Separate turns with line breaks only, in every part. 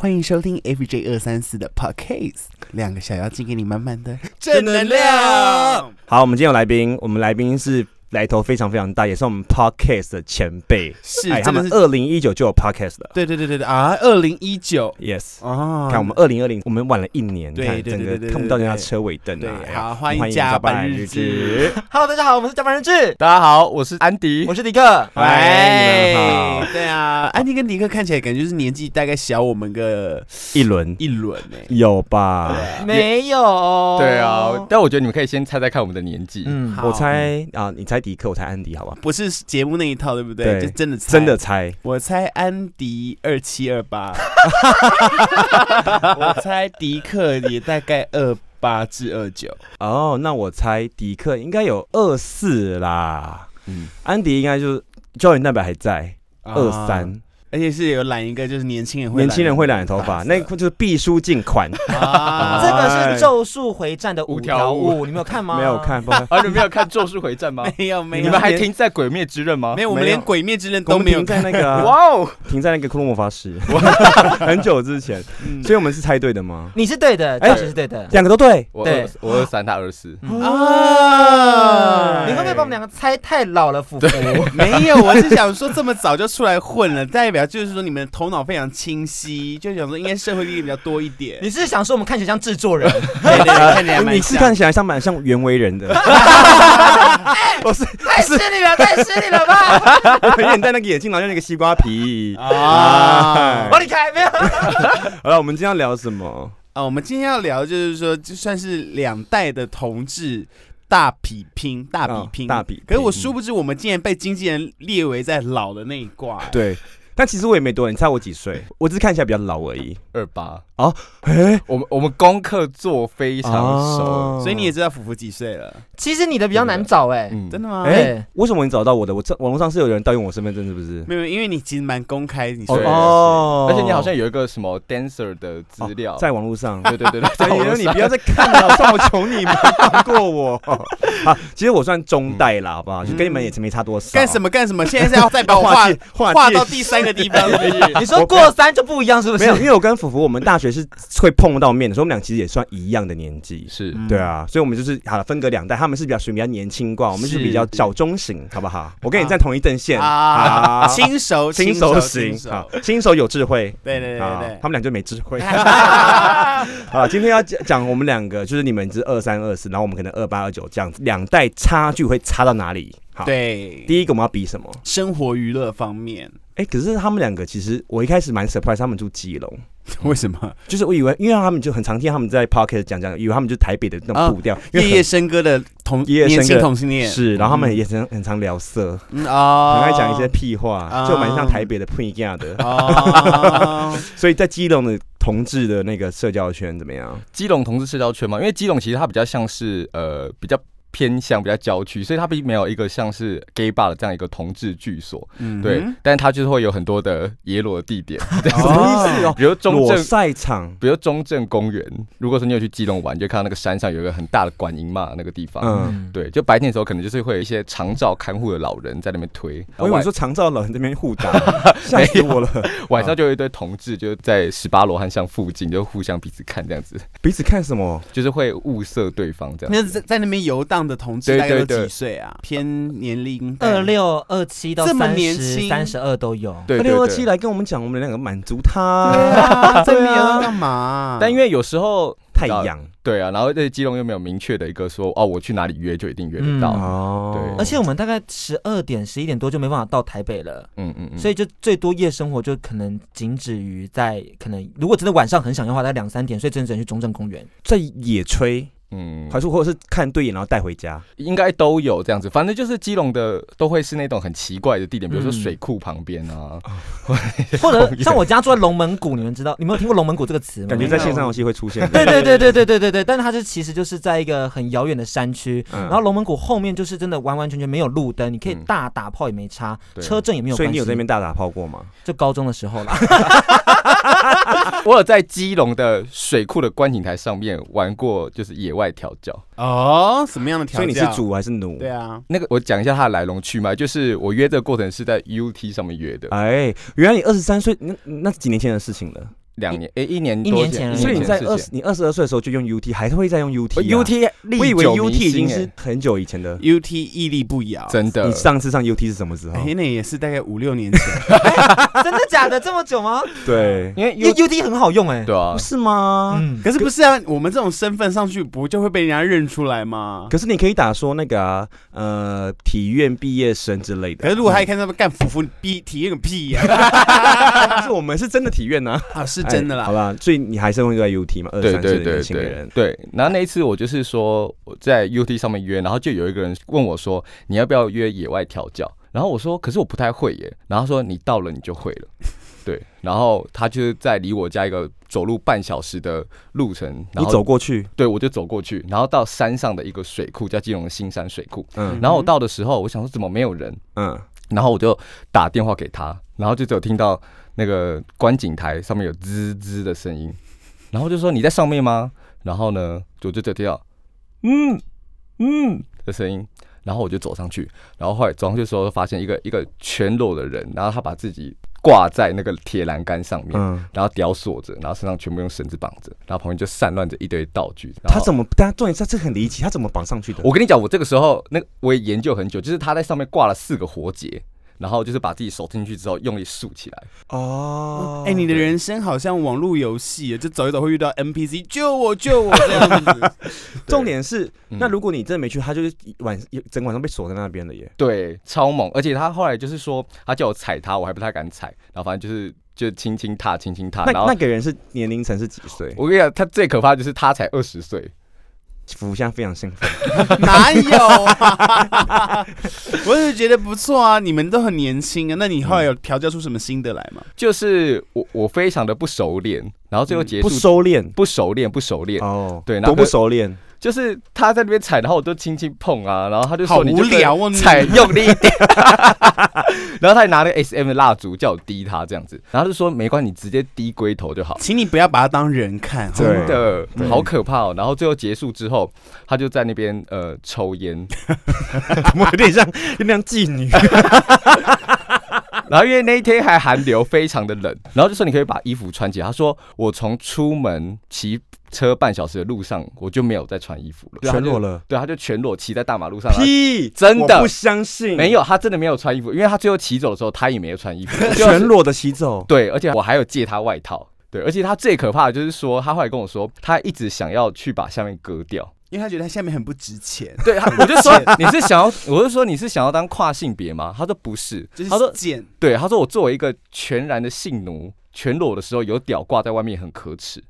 欢迎收听 FJ 二三四的 Podcast，两个小妖精给你满满 的
正能量。
好，我们今天有来宾，我们来宾是来头非常非常大，也是我们 podcast 的前辈。
是，
哎，他
真的
们
是
二零一九就有 podcast 了。
对对对对对啊，二零一九
Yes，
哦，
看我们二零二零，我们晚了一年，
对
看
对
整
对
个
对
看不
对
到
对
人家
对
车尾灯
对
啊。哎呀
好欢迎
欢迎
加
加
班
班
日志
日志。
Hello，大家好，我们是加班人志，
大家好，我是安迪，
我是迪克。
哎嗨，你们好，
对啊，安妮跟迪克看起来感觉就是年纪大概小我们个
一轮
一轮欸呢、
有吧？
没有，
对
哦
啊，但我觉得你们可以先猜猜看我们的年纪。
嗯，
好
我猜啊，你猜迪克，我猜安迪，好吧？
不是节目那一套，对不对？
对
就真的猜
真的，猜，
我猜安迪二七二 八，我猜迪克也大概二八至二九，
哦，那我猜迪克应该有二四啦，
嗯，
安迪应该就是胶原蛋白还在二三，
而且是有染一个就是年轻啊人会
年轻人会染 头发，那
个
就是必输尽款，
啊
这个是《咒术回战》的五
五
条
条悟
悟，你们有看吗？
没有看，。不然
而、啊、你们没有看《咒术回战》吗？
没有没有，
你们还停在《鬼灭之刃》吗
没？有？我们
没有
连《鬼灭之刃》
我
都
们
没有
停
看
在那 个啊
哇哦，
停在那个骷髅魔法师， 很久之前，
嗯
所以我们是猜对的吗？
你是对的，
哎
教学是对的。
两个都对，嗯
我
对
二我二三，他二四，
啊
你会不会把我们两个猜太老了，福福？
没有，我是想说这么早就出来混了，代表就是说你们头脑非常清晰，就想说应该社会历练比较多一点。
你是想说我们看起来像制作人？
对对对看起来蛮
你是
像
看起来像蛮像袁惟 仁的，我是
太失礼了，太失礼了吧！
我眼戴那个眼镜，然后用那个西瓜皮。
啊
我离开，没有。
好了，我们今天要聊什么？
啊！我们今天要聊就是说，就算是两代的同志大比拼，大比拼，
哦大比拼
可是我殊不知，我们竟然被经纪人列为在老的那一挂、哎
对，但其实我也没多，你猜我几岁？我只是看起来比较老而已。
二八。
哎，
我们我们功课做非常熟，
哦
所以你也知道福福几岁了，
其实你的比较难找哎，
嗯，
真的吗？
哎
对，
为什么你找到我的？我这网络上是有人盗用我身份证，是不是？
没有，因为你其实蛮公开，你
对
说
哦
而且你好像有一个什么 dancer 的资料，
在网络上。
对对对对，在
哦哎
网
呦
络
你
上
不要再看了，我算我求你们放过我。 啊，其实我算中代啦，好不好？就跟你们也是没差多少。啊
干什么干什 么，现在是要再把我画
划界划
画
界
到第三个地 方，是不是？
你说过三就不一样是不
没
是
有，？因为我跟福福，我们大学是会碰到面的，所以我们俩其实也算一样的年纪。
是
对啊，所以我们就是好了，分隔两代，他们是比较属于比较年轻挂，我们是比较小中型，好不好？我跟你站同一阵线
啊，
好
轻熟
新
手
手
轻
型，
手
好，新手有智慧，
对对对
啊
对
他们俩就没智 慧。啊，今天要讲讲我们两个，就是你们是二三二四，然后我们可能二八二九这样子，两代差距会差到哪里？好，，
对对，
第一个我们要比什么？
生活娱乐方 面，
哎、可是他们两个其实我一开始蛮 surprise，他们住基隆，
为什么
就是我以为，因为他们就很常听他们在 podcast 讲讲，以为他们就是台北的那
啊
种步调，
夜
因为
夜笙歌的同
夜夜笙
年轻
歌
同性恋
很是，然后他们
嗯
也很很常聊色，
嗯啊
很爱讲一些屁
啊
话，就蛮像台北的 p r e g a 的，
哦，
所以在基隆的同志的那个社交圈怎么样？
哦
基隆同志社交圈嘛，因为基隆其实它比较像是呃比较偏向比较郊区，所以它并没有一个像是 gay bar 的这样一个同志居所，
嗯
对，
哼
但是它就是会有很多的野裸地点，
什么意思哦？
比如中
裸
正，
赛场，
比如中正公园。如果说你有去基隆玩，你就看到那个山上有一个很大的观音嘛那个地方。
嗯。
对，就白天的时候，可能就是会有一些长照看护的老人在那边推，
我以为你说长照老人这边互打，吓死我了！
晚上就有一堆同志就在十八罗汉像附近，就互相彼此看这样子，
彼此看什么？
就是会物色对方这样。
那在在那边游荡的同志
对
大概都
对对
几岁啊？偏年龄
二六、二七到
哎这么
三
年
十、
轻
三十二都有。
对对
六二
对。
七来跟我们讲，我们两个满足他
啊，在那
对
边
啊
要干嘛？
但因为有时候
太阳
对啊，然后对基隆又没有明确的一个说哦，我去哪里约就一定约得到。
哦
对
而且我们大概十二点、十一点多就没办法到台北了，
嗯嗯嗯，
所
以
以就最多夜生活就可能仅止于在可能，如果真的晚上很想要的话，在两三点，所以真的只能去中正公园。
在野炊，
嗯，
还是或者是看对眼然后带回家，
应该都有这样子，反正就是基隆的都会是那种很奇怪的地点，比如说
嗯
水库旁边啊，
或者像我家住在龙门谷，你们知道，你们有听过龙门谷这个词吗？
感觉在线上游戏会出现的。
嗯对对对对对对对对，但是它是其实就是在一个很遥远的山区，
嗯
然后龙门谷后面就是真的完完全全没有路灯，你可以
嗯
大打炮也没差，
对
车震也没有
所
关
以
系。
你有在那边大打炮过吗？
就高中的时候啦，
我有在基隆的水库的观景台上面玩过，就是野外调教。
哦，什么样的条
所以
件？
你是主还是奴？
对啊，
那个我讲一下它的来龙去脉，就是我约这个过程是在 UT 上面约的，
哎，原来你二十三岁，那那几年前的事情了。
两年，诶，一年
一
多
年前而已
所以你在
事
二
情哦
十，你二十二岁的时候就用 UT，还是会在用 UT 啊、
UT，
我以为
历久
UT
弥新呃
已经
欸
是很久以前的。
UT 屹立 E 不摇，
真的
你上次上 UT 是什么时候？
哎，那也是大概五六年 前，
真的假的？这么久吗？
对，
因为
U
U
U D 很好用哎、
对啊
不，是吗？
嗯，
可是不是啊？我们这种身份上去，不就会被人家认出来吗？
可是你可以打说那个啊、呃体院毕业生之类的。啊
可是如果他一看他们干服服逼体验个屁呀！
但是我们是真的体院呢、
啊，是真的
哎好
啦。
吧，所以你还是会在 UT 嘛？二
对
三
对
岁的
对
年轻
对
人。
对。然后那一次我就是说我在 UT 上面约，然后就有一个人问我说你要不要约野外调教？然后我说可是我不太会耶。然后他说你到了你就会了。对，然后他就是在离我家一个走路半小时的路程，然
你
后
走过去，
对我就走过去，然后到山上的一个水库，叫基隆的新山水库。
嗯
然后我到的时候，我想说怎么没有人，
嗯，
然后我就打电话给他，然后就只有听到那个观景台上面有滋滋的声音，然后就说你在上面吗？然后呢，我就只有听到嗯嗯的声音，然后我就走上去，然后后来走上去的时候发现一个一个全裸的人，然后他把自己挂在那个铁栏杆上面。
嗯，
然后吊索着，然后身上全部用绳子绑着，然后旁边就散乱着一堆道具。然
他
后
怎么？但重点是这很离奇，他怎么绑上去的？
我跟你讲，我这个时候那我也研究很久，就是他在上面挂了四个活结，然后就是把自己手伸进去之后用力竖起来。
哦，
哎，你的人生好像网络游戏，就走一走会遇到 NPC，救我救我这样子。
重点是，
嗯
那如果你真的没去，他就是晚整晚上被锁在那边了耶。
对，超猛！而且他后来就是说，他叫我踩他，我还不太敢踩，然后反正就是就轻轻踏，轻轻踏。
那
啊然后
那个人是年龄层是几岁？
我跟你讲，他最可怕的就是他才二十岁，
福相非常兴奋，
哪有 啊？我是觉得不错啊，你们都很年轻啊。那你后来有调教出什么心得来吗？
就是我我非常的不熟练，然后最后结
嗯
束、
不收敛
不熟练不熟练，
哦，
对然后
多不熟练。
就是他在那边踩，然后我都轻轻碰啊，然后他就
好
说你
无
就跟
聊哦，你
踩用力一点， 然后他还拿那个 S M 的蜡烛叫我滴他这样子，然后他就说没关系，你直接滴龟头就好。
请你不要把它当人看。好吗
对
真的
对
好可怕哦！然后最后结束之后，他就在那边呃抽烟，
怎 么有点像有点像妓女？
然后因为那一天还寒流，非常的冷，然后就说你可以把衣服穿起来。他说我从出门骑车半小时的路上，我就没有再穿衣服了，
全裸
了。
了？
对，他就全裸骑在大马路上，然后
屁！
真的
我不相信，
没有，他真的没有穿衣服，因为他最后骑走的时候，他也没有穿衣服， 就是
全裸的洗走。
对，而且我还有借他外套。对，而且他最可怕的就是说，他后来跟我说，他一直想要去把下面割掉。
因为他觉得他下面很不值钱，
对，他我就 说你是想要，我就说你是想要当跨性别吗？他说不是，
就
他
是
说
贱。
对，他说我作为一个全然的性奴，全裸的时候有屌挂在外面很可耻，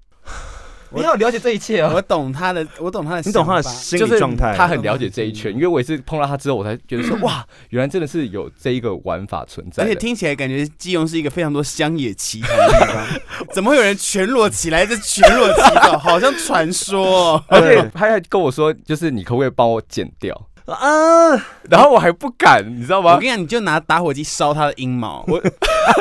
你好了解这 一切哦。
我懂他的，我懂他的想法，
你懂他的
心
心
就是
理状态，
他很了解这一圈，因为我也是碰到他之后，我才觉得说哇，原来真的是有这一个玩法存在
而
的。
且听起来感觉基隆是一个非常多乡野奇谈的地 方，怎么会有人全裸起来？这全裸祈祷，好像 传说、哦。
而且他还跟我说，就是你可不可以帮我剪掉？
啊！
然后我还不敢，你知道
我
吗
跟？你讲，你就拿打火机烧他的阴毛，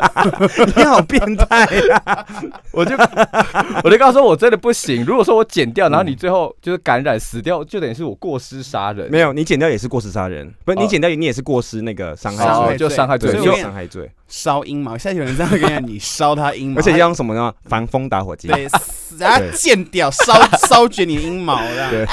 你好变态 啊！
我就 我就跟他说我真的不行。如果说我剪掉，然后你最后就是感染死掉，就等于是我过失杀人。
没有，你剪掉也是过失杀人，不是
哦
你剪掉你也是过失那个伤
伤
害
害
罪，
就伤害罪，
所以我
对，就
就
跟你
伤害罪，
烧阴毛。下次有人这样跟你讲，你烧他
嗯
阴毛，
而且要用什么呢？防风打火机。
对，然后剪掉，烧烧卷你的阴毛的
对。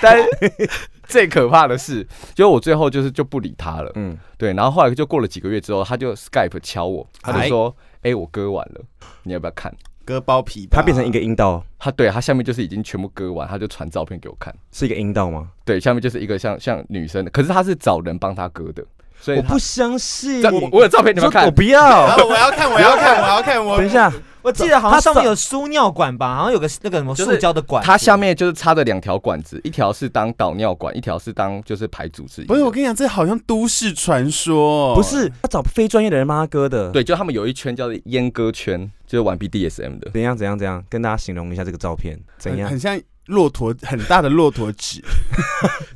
但 最可怕的是，就我最后就是就不理他了。
嗯，
对，然后后来就过了几个月之后，他就 Skype 敲我，他就说：“哎，我割完了，你要不要看
割包皮吧，
它变成一个阴道，？”
他对他下面就是已经全部割完，他就传照片给我看。
是一个阴道吗？
对，下面就是一个像像女生的，可是他是找人帮他割的，所以
我
他
不相信，
这我我有照片，你
说
们看哦
我。不要。
啊。我要看，我要看，我要看，我
等一下，
我记得好像上面有输尿管吧，好像有个那个什么
就是
塑胶的管子，
它下面就是插着两条管子，一条是当导尿管，一条是当就是排组织。
不是，我跟你讲，这好像都市传说、
不，是他找非专业的人帮他割的。，
哦对，就他们有一圈叫做阉割圈，就是玩 BDSM 的。
怎样怎样怎样，跟大家形容一下这个照片，怎
很
样？
很像骆驼很大的骆驼 纸，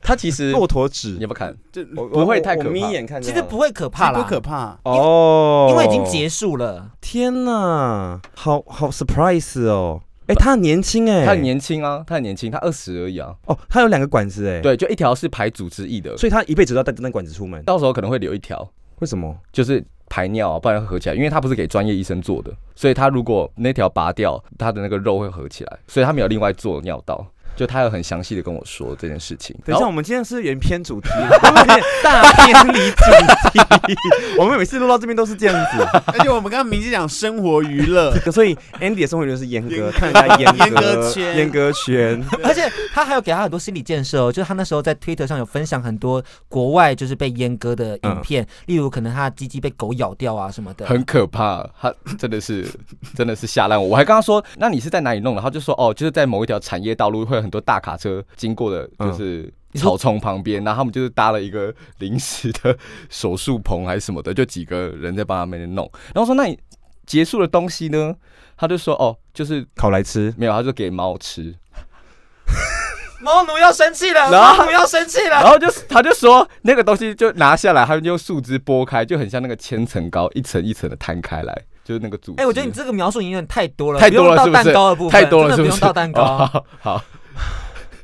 它其实
骆驼指
你，要不要看？
这
我
不会太可怕
我眯眼看就
其
好，
实不会可怕啦，
多可怕！
哦，
因为已经结束了。
天哪，好好 surprise 哦！哎，他很年轻哎，
他很年轻啊，他很年轻，他二十而已啊。
哦，他有两个管子哎，，
对，就一条是排组织液的，
所以他一辈子都要带着那管子出门，
到时候可能会留一条，
为什么？
就是排尿啊，不然会合起来，因为它不是给专业医生做的，所以它如果那条拔掉，它的那个肉会合起来，所以他们有另外做尿道。就他有很详细的跟我说这件事情，
等
然
一下，
后
我们今天是原偏主题， 有点大偏离主题。 我们每次录到这边都是这样 子，
而且我们刚刚明星讲生活娱乐，
所以 Andy 的生活就是阉割，
阉割
看人家阉
阉
割
割圈
阉割圈。
而且他还有给他很多心理建设哦，就是他那时候在推特上有分享很多国外就是被阉割的影片，例如可能他的鸡鸡被狗咬掉啊什么
嗯
的。
很可怕，他真的是 真的是吓烂我。我还跟他说，那你是在哪里弄的？他就说，哦，就是在某一条产业道路会有很多大卡车经过的，
嗯
就是
你说
草丛旁边，然后他们就是搭了一个临时的手术棚还是什么的，就几个人在帮他们弄。然后说，那你结束的东西呢？他就说，哦，就是
烤来吃，
没有，他就给猫 吃。
猫奴要 生气了，
然后
猫奴要生气 了。
然后就是他就说那个东西就拿下来，他们就用树枝剥开，就很像那个千层糕，一层一层的摊开来，就是那个组织。
哎、我觉得你这个描述已经有点太多了，
太多了
不
是
用
不
到
是
蛋糕的部分，
太多了，是不
真的不
是？
用到蛋 糕。
哦好好，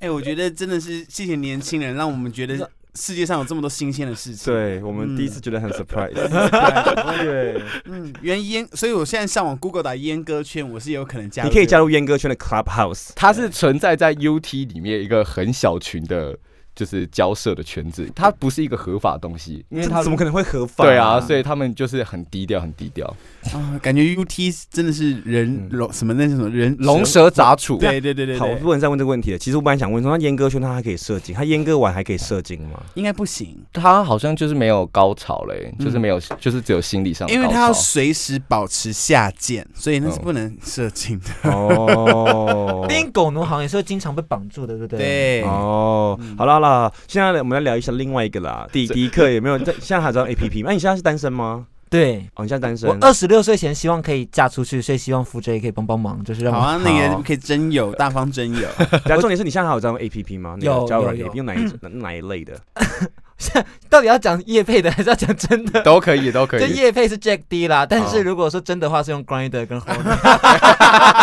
哎、我觉得真的是谢谢年轻人，让我们觉得世界上有这么多新鲜的事情。
对我们
嗯
第一次觉得很 surprise。对，
嗯，原阉，所以我现在上网 Google 打阉割圈，我是有可能加入
你
的。
可以加入阉割圈的 Clubhouse。
它是存在在 UT 里面一个很小群的，就是交涉的圈子，它不是一个合法的东西，因为它
这怎么可能会合法？
对啊，所以他们就是很低调，很低调，
啊，感觉 UT 真的是人
嗯
龙、什么那是什么人
龙蛇杂处。
对对对对
好
对，
多人在问这个问题了。其实我本来想问说，那阉割圈它还可以射精？它阉割完还可以射精吗？
应该不行，
他好像就是没有高潮嘞、
嗯
就是没有，就是只有心理上的
因为
高
它要
潮。
随时保持下贱，所以那是
嗯
不能射精的。
哦
丁狗奴好像也是会经常被绑住的，对不对？。
对，
哦，好啦好啦，现在我们来聊一下另外一个啦，迪迪克有没有在现在还在 A P P 吗？那你现在是单身吗？
对
哦，你现在单身
我？二呃十六岁前希望可以嫁出去，所以希望福哲也可以帮帮忙，就是让
好
我
啊，那
好
个可以真有大方真有，
但重点是你现在还有在用 A P P 吗？那个
有
交友软
有
A P
有
P 用哪一哪哪一类的？
到底要讲叶配的还是要讲真的？
都可以，都可
就
以。
叶配是 Jack D 啦，但
好
是如果说真的话是用 Grinder 跟 h o m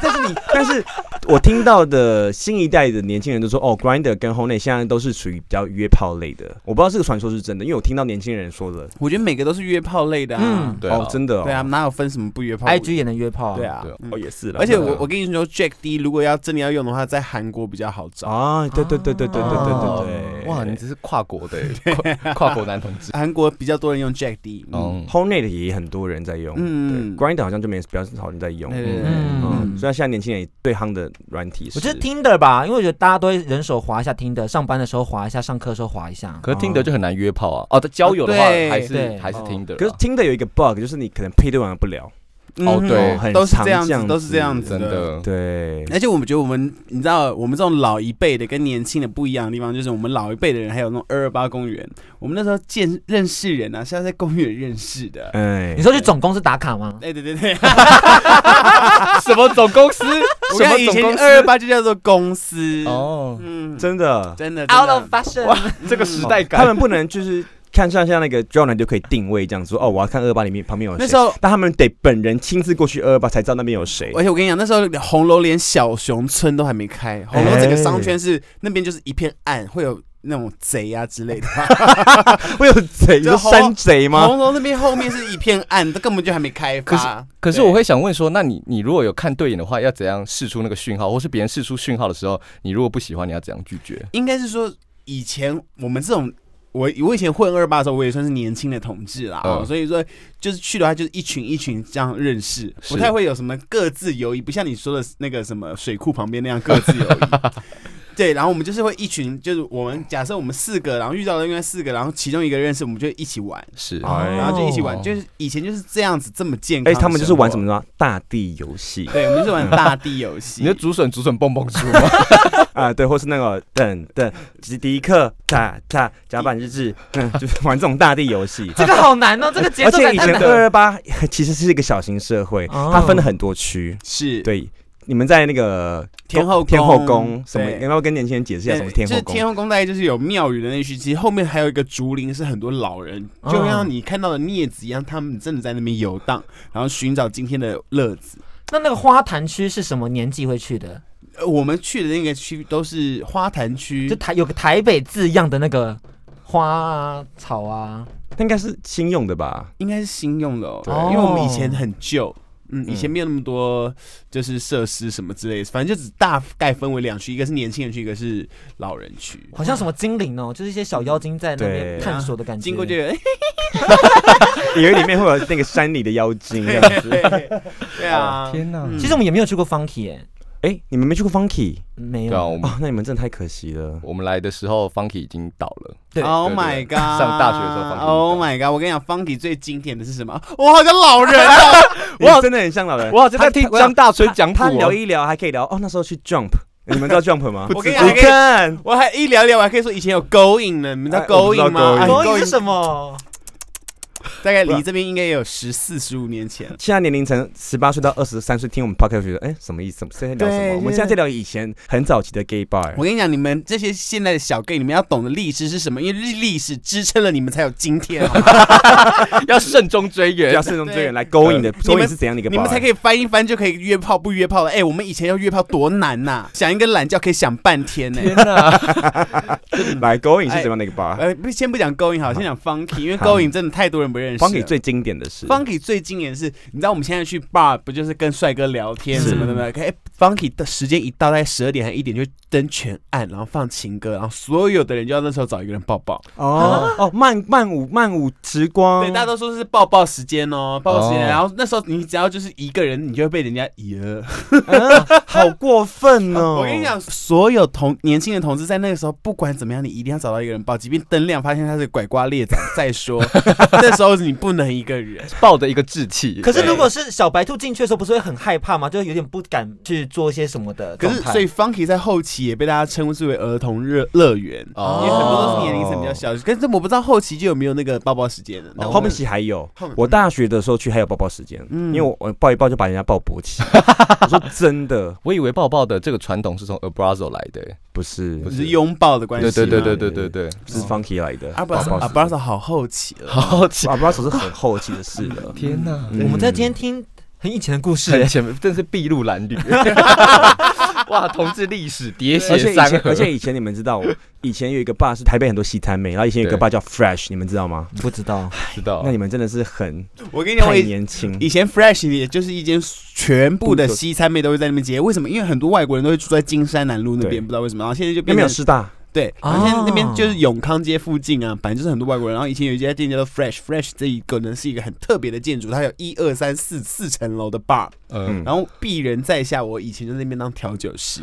但是你，但是我听到的新一代的年轻人都说，哦，Grinder 跟 h o n e 现在都是属于比较约炮类的。我不知道这个传说是真的，因为我听到年轻人说的。
我觉得每个都是约炮类的啊
嗯。
对啊
哦，真的、哦，
对啊，，哪有分什么不约炮
IG 也能约炮、
对，啊
对啊，
嗯
哦也是了。
而且
真的
我我跟你说，Jack D 如果要真的要用的话，在韩国比较好
哦
找。
啊，对对对对对对对对对，
哇，你这是跨国 的欸跨跨国男同志。
韩国比较多人用 Jack D，嗯
嗯，
h o n e 的也很多人在用，
嗯
嗯，Grinder 好像就没比较少人在用，
对对对
嗯，
嗯
虽然现在年轻人也最夯的软体是，
我觉得 Tinder 吧，因为我觉得大家都会人手划一下 Tinder，上班的时候划一下，上课的时候划一下。
可是听的就很难约炮啊。哦，交友的话
对
还是
对
还是
哦
听的。
可是听的有一个 bug，就是你可能配对完不了，
哦
嗯
对
很
都是
常
这样
这样
子，都是
子
这样子
真的，
对，
而且我们觉得我们，你知道，我们这种老一辈的跟年轻的不一样的地方，就是我们老一辈的人还有那种二二八公园，我们那时候见认识人啊，是要在公园认识 的。
哎
你，说去总公司打卡吗？
哎，对对对，
什么总公司？
我
什么
看以
总
前
公司？
二二八就叫做公司，
哦，
嗯，
真的，
真的
Out of
真的
fashion，
这个时代
他
感，
们不能就是看像像那个 j o n 就可以定位这样说，哦，我要看二八里面旁边
哦
有谁
那时，候。
但他们得本人亲自过去二二八才知道那边有谁，
而且我跟你讲，那时候红楼连小熊村都还没
哎
开，红楼整个商圈是、那边就是一片暗，会有那种贼啊之类的。
会有贼，你
这
说
红
山贼吗？
红楼那边后面是一片暗，它根本就还没开
可
发。
可是
对
我会想问说，那你你如果有看对眼的话，要怎样试出那个讯号，或是别人试出讯号的时候，你如果不喜欢，你要怎样拒绝？
应该是说以前我们这种。我我以前混二八的时候，我也算是年轻的同志啦、
嗯
哦所以说就是去的话，就是一群一群这样认识，
是
不太会有什么各自游谊，不像你说的那个什么水库旁边那样各自游 谊。对，然后我们就是会一群，就是我们假设我们四个，然后遇到了另外四个，然后其中一个认识，我们就一起玩，
是
哦
然后就一起玩，
哦
就是以前就是这样子这么健康。
哎哎，他们就是玩什么？呢？大地游戏
对，我们就是玩大地游戏
你的。竹笋竹笋蹦蹦出吗？
啊，对，或是那个等等吉迪克塔塔甲板日志，嗯，就是玩这种大地游戏。
这个好难哦，这个节
而
奏
且
感
以
太
前
难
二
了。
二八其实是一个小型社会，
哦
它分了很多区。
是
对，你们在那个
天后宫
天后宫什么？
对
要不要跟年轻人解释一下什么是天
呃就
后
是
宫？
天后宫大概就是有庙宇的那区，其实后面还有一个竹林，是很多老人，
哦
嗯
就像你看到的镊子一样，他们真的在那边游荡，然后寻找今天的乐子。
那那个花坛区是什么年纪会去的？
呃我们去的那个区都是花坛区
就，台有个台北字样的那个花啊、草啊，
那应该是新用的吧？
应该是新用的哦，
对
因为我们以前很旧。嗯，以前没有那么多就是设施什么之类的，反正就只大概分为两区，一个是年轻人区，一个是老人区。
好像什么精灵哦，就是一些小妖精在那
对
边探索的感觉。
经过就有，
以为里面会有那个山里的妖精这样子。
对啊，
天哪！
嗯
其实我们也没有去过 Funky 哎、
哎、你们没去过 Funky
没
对啊，
有。
我们
哦？那你们真的太可惜了。
我们来的时候，Funky 已经倒了。
对
Oh
对
my
对
god！
上大学的时候 Funky
o h my god！我跟你讲，Funky 最经典的是什么？我好像老人啊！
你
哇
真的很像老人。
我好像在听张大春讲
他
谱
聊
哦，
一聊还可以聊哦，那时候去 Jump，你们知道 Jump 吗？
我跟你讲，
你
还可以
看，
我还一聊一聊，我还可以说以前有勾引呢，你们知道
哎我
勾
不知道
引吗？哎
勾引
所
勾
以
引
是哦什么？
大概离这边应该也有十四十五年前。
现在年龄层十八岁到二十三岁，听我们 podcast 觉得，哎、什么意思？什么现在聊什
对
么？我们现在在聊以前很早期的 gay bar。
我跟你讲，你们这些现在的小 gay，你们要懂得历史是什么，因为历史支撑了你们才有今天，好吗
要慎终追远
要。慎重追远来勾引的，勾引是怎样的一个 bar？
你们才可
以。
以翻一翻就可以约炮不约炮了。哎、我们以前要约炮多难呐、想一个懒觉可以想半天呢、
天哪！
来勾引是怎样的一个 bar？
呃，不，先不讲勾引好，先讲 funky，因为勾引真的太多人不认识了。
方 y 最经典的是
Funky 最经典的是，你知道我们现在去 bar 不就是跟帅哥聊天
是
什么的吗？哎，Funky 的时间一到，大概十二点还一点就灯全暗，然后放情歌，然后所有的人就要那时候找一个人抱抱。
哦哦，慢慢舞慢舞时光，
对，大家都说是抱抱时间哦，抱抱时间。
哦
然后那时候你只要就是一个人，你就会被人家耶。
啊好过分哦！
我跟你，讲，所有同年轻的同志在那个时候，不管怎么样，你一定要找到一个人抱，即便灯亮，发现他是拐瓜裂枣，再说，那时候你不能一个人。
抱着一个志气。
可是如果是小白兔进去的时候，不是会很害怕吗？就有点不敢去做一些什么的
可
状
是，
态。
所以 Funky 在后期也被大家称之为儿童乐乐园，
哦
因为很多都是年龄层比较小。可是我不知道后期就有没有那个抱抱时间了。那我
后面其实还有
后面，
我大学的时候去还有抱抱时间，
嗯
因为我我抱一抱就把人家抱勃起。 我说真的
我以为抱抱的这个传统是从 Abrazo 来的，
不是
不，
只是拥抱的关系
对
吗。
对对对对对对，
是
哦
Funky 来的。
阿布拉
抱
阿
抱
布拉斯好后期哦了。
好奇
阿布拉手是很后期的事 了。
天哪！
我们在今
天。
天听很以前的故事、
很前面真是筚路 蓝缕，哇！同志历史喋
而且
血
以
三
前，
河，
而且以前你们知道， 以前有一个爸是台北很多西餐妹，然后以前有一个
对哦
爸叫 Fresh，你们知道吗？
不知道，
知道
那你们真的是很
我跟你讲，我
太
以
年轻，
以前 Fresh 也就是一间全部的西餐妹都会在那边接，为什么？因为很多外国人都会住在金山南路那边，
对
不知道为什么。然后现在就
那
变
没有
成
师大，
对，
哦
然后现在那边就是永康街附近啊，反正就是很多外国人。然后以前有一家店叫做 Fresh，Fresh 这一个呢是一个很特别的建筑，它有一二三四四层楼的 bar，
嗯，
然后鄙人在下，我以前就在那边当调酒 师。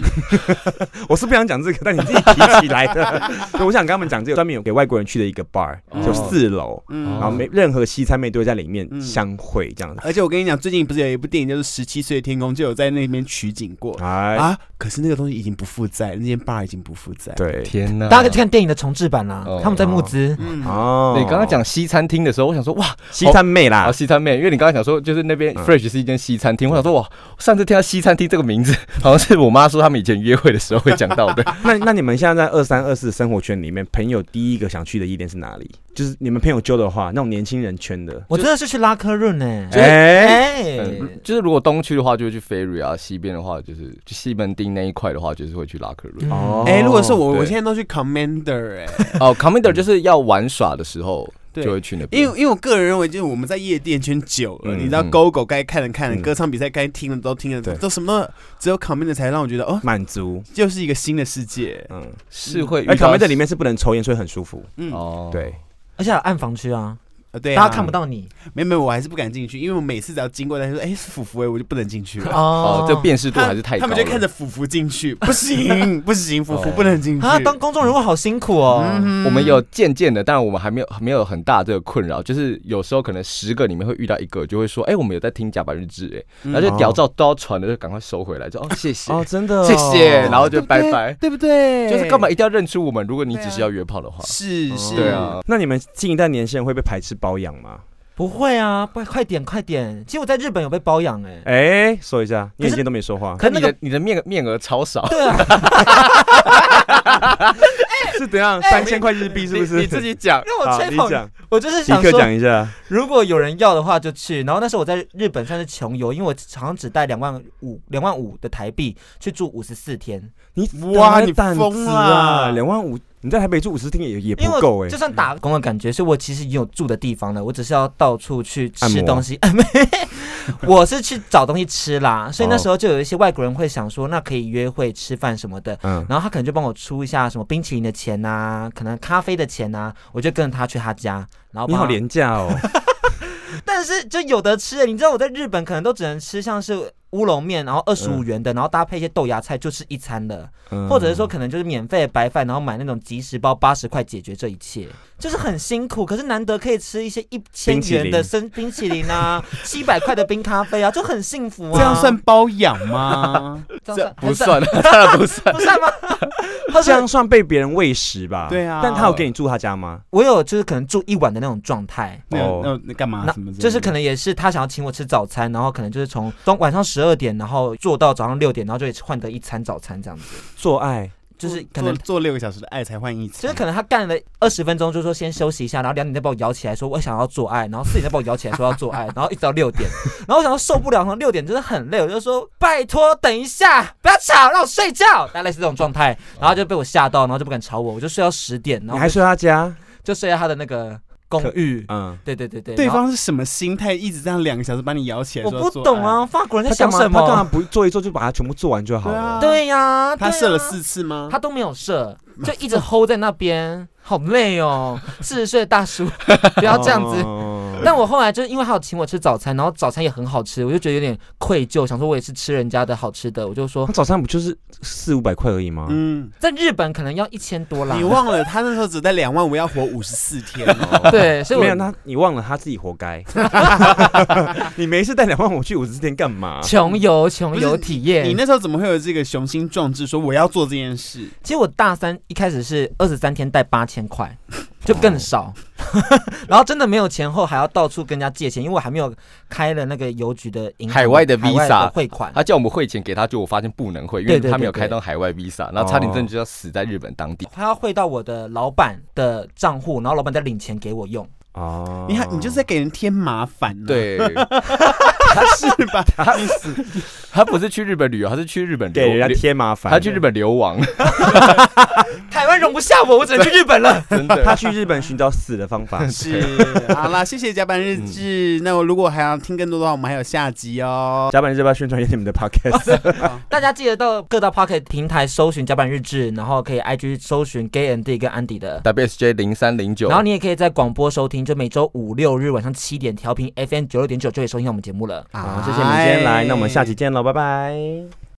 我是不想讲这个，但你自己提起来 的。对我想跟他们讲这个，专门有给外国人去的一个 bar，
哦
就四楼，
嗯
然后每任何西餐妹都会在里面
嗯
相会这样子。
而且我跟你讲，最近不是有一部电影叫做《十七岁的天空》，就有在那边取景过
哎，
啊。可是那个东西已经不复在，那间 bar 已经不复在。，
对，
天哪！
大家可以去看电影的重置版啦、
哦
他们在募资。
嗯，
哦
你刚刚讲西餐厅的时候，我想说哇，
西餐妹啦
啊，，西餐面，因为你刚刚讲说，就是那边
嗯
Fresh 是一间西餐厅，我想说哇，上次听到西餐厅这个名字， 好像是我妈说他们以前约会的时候会讲到的。
那那你们现在在二三二四生活圈里面，朋友第一个想去的夜店是哪里？就是你们朋友揪的话，那种年轻人圈的，
我真的是去拉科润哎、欸，
哎，
哎、
嗯， 就是如果东区的话，就会去 Ferry 啊；西边的话，就是去西门町那一块的话，就是会去拉克
嗯
伦。
哦
哎、如果是我，
对
我现在都去 Commander 哎、
哦，Commander 就是要玩耍的时候
对
就会去那边，
因为因为我个人认为，就是我们在夜店圈久了，
嗯
你知道
嗯
狗狗该看的看了，
嗯
歌唱比赛该听的都听了，
对
都什么都只有 Commander 才让我觉得哦，
满足，
就是一个新的世界。
嗯，
是会遇
而卡
到
梅特里面是不能抽烟，所以很舒服。
嗯，
哦，
对，
而且还有暗房区啊，
呃对、啊，
大家看不，到你
没有没有，我还是不敢进去，因为我每次只要经过，他就说哎是福福哎，我就不能进去了。
哦
哦，
这辨识度
他
还是太高
他
了。
们就看着福福进去，不行不行，福福
哦
不能进去。
啊，当公众人物好辛苦哦。
嗯
我们有渐渐的，当然我们还没有没有很大这个困扰，就是有时候可能十个里面会遇到一个，就会说，哎、我们有在听甲板日志，哎、
嗯
然后就屌照都要传的，就赶快收回来，就哦谢谢、
哦，真的哦，
谢谢，然后就拜拜。
嗯对不对？
就是干嘛一定要认出我们？如果你只
对
是
啊
要约炮的话，
是是，
对啊，
那你们近一代年轻人会被排斥包养吗？
不会啊，快快点快点！其实我在日本有被包养哎、欸，
哎，说一下，你
可是
眼睛都没说 话，
可
可是那
你
个
的你的面面额超 少，
对啊，，
是怎样？三千块日币是不
哎你
是？
你自己讲
让我
好，
吹
你
捧
讲，
我就是
迪
想
克
说，
讲一下。
如果有人要的话就去。然后那时候我在日本算是穷游，因为我好像只带两万五两万五的台币去住五十四天，
你
哇
哪来
你
胆
疯
子
啦
啊！两万五，你在台北住五十厅也也不
因为
够
我
哎、
就算打工的感觉，所以我其实已经有住的地方了，我只是要到处去
按
吃
摩
东西。哎我是去找东西 吃啦，所以那时候就有一些外国人会想说，那可以约会、吃饭什么的，
嗯，
然后他可能就帮我出一下什么冰淇淋的钱呐、可能咖啡的钱呐、我就跟着他去他家，然后
你
帮
好
他
廉价哦。
但是就有的吃了，你知道我在日本可能都只能吃像是乌龙面，然后二十五元的，然后搭配一些豆芽菜就是一餐了，
嗯
或者是说可能就是免费的白饭，然后买那种即食包八十块解决这一切，就是很辛苦，可是难得可以吃一些一千
冰淇淋
元的生 冰淇淋啊，七百块的冰咖啡啊，就很幸福啊。
这样算包养吗？
这样
这
算
不算，当然不算。
不算吗？他
这
是
样算被别人喂食吧？
对啊
但他有给你住他家吗？
我有就是可能住一晚的那种状态。
那
哦
那那干嘛？
那
啊什么之类的？
就是可能也是他想要请我吃早餐，然后可能就是从中晚上十二点，然后做到早上六点，然后就换得一餐早餐这样子，
做爱，
就是可
做
能。
做六个小时的爱才换一次，
就是可能他干了二十分钟，就说先休息一下，然后两点再把我摇起来说我想要做爱，然后四点再把我摇起来说要做爱，然后一直到六 点，然后我想说受不了，然后六点真的很累，我就说拜托等一下，不要吵，让我睡觉，大概类似这种状态，然后就被我吓到，然后就不敢吵我，我就睡到十点，然
你
后
还
我就
睡他家？
就睡在他的那个公寓，
嗯，
对对对对，
对
然后
方是什么心态？一直这样两个小时把你摇起来？
我
说
不
做
懂
爱。
啊，法国人
他
在
干
想
嘛？
什么？
他干嘛不做一做就把它全部做完就好
对
了
啊？
对呀、
他
对啊
射了
呀，
四次吗？
他都没有射，就一直 hold 在那边，好累哦。四十岁的大叔，不要这样子。
哦
但我后来就是因为他有请我吃早餐，然后早餐也很好吃，我就觉得有点愧疚，想说我也是吃人家的好吃的，我就说
他早餐不就是四五百块而已吗？
嗯，
在日本可能要一千多啦
你。忘了他那时候只带两万五，要活五十四天哦。
对，所以我
没有，他你忘了他自己活 该。你没事带两万五去五十天干 嘛？
穷游穷
不是
游体
你
验。
那时候怎么会有这个雄心壮志，说我要做这件事？
其实我大三一开始是二十三天带八千块， 就更少。 然后真的没有钱后，还要到处跟人家借钱，因为我还没有开了那个邮局的银行
海外的 Visa
汇款。
他叫我们汇钱给他，就我发现不能汇，因
对
为
对对
他没有开到海外 visa，然后差点真的就要死在日本当地。
他要汇到我的老板的账户，然后老板再领钱给我用。
哦
你看，你就是在给人添麻烦、啊。，
对，
他是吧？
他他不是去日本旅游，他是去日本
给
流
人家
流
添麻烦。
他去日本流亡，
台湾容不下我，我只能去日本 了。
真的。
他去日本寻找死的方 法。
是。好啦，谢谢甲板日志。那我如果还要听更多的话，我们还有下集哦。
甲板日报宣传一下你们的 podcast，
大家记得到各大 Pocket 平台搜寻甲板日志，然后可以 IG 搜寻 Gay and D 跟安迪的。
WSJ 零三零九
然，后你也可以在广播收听，就每周五六日晚上七点调频 FM 九六点九就可以收听到我们节目了。
好，谢谢你们今天来，那我们下期见喽，拜拜。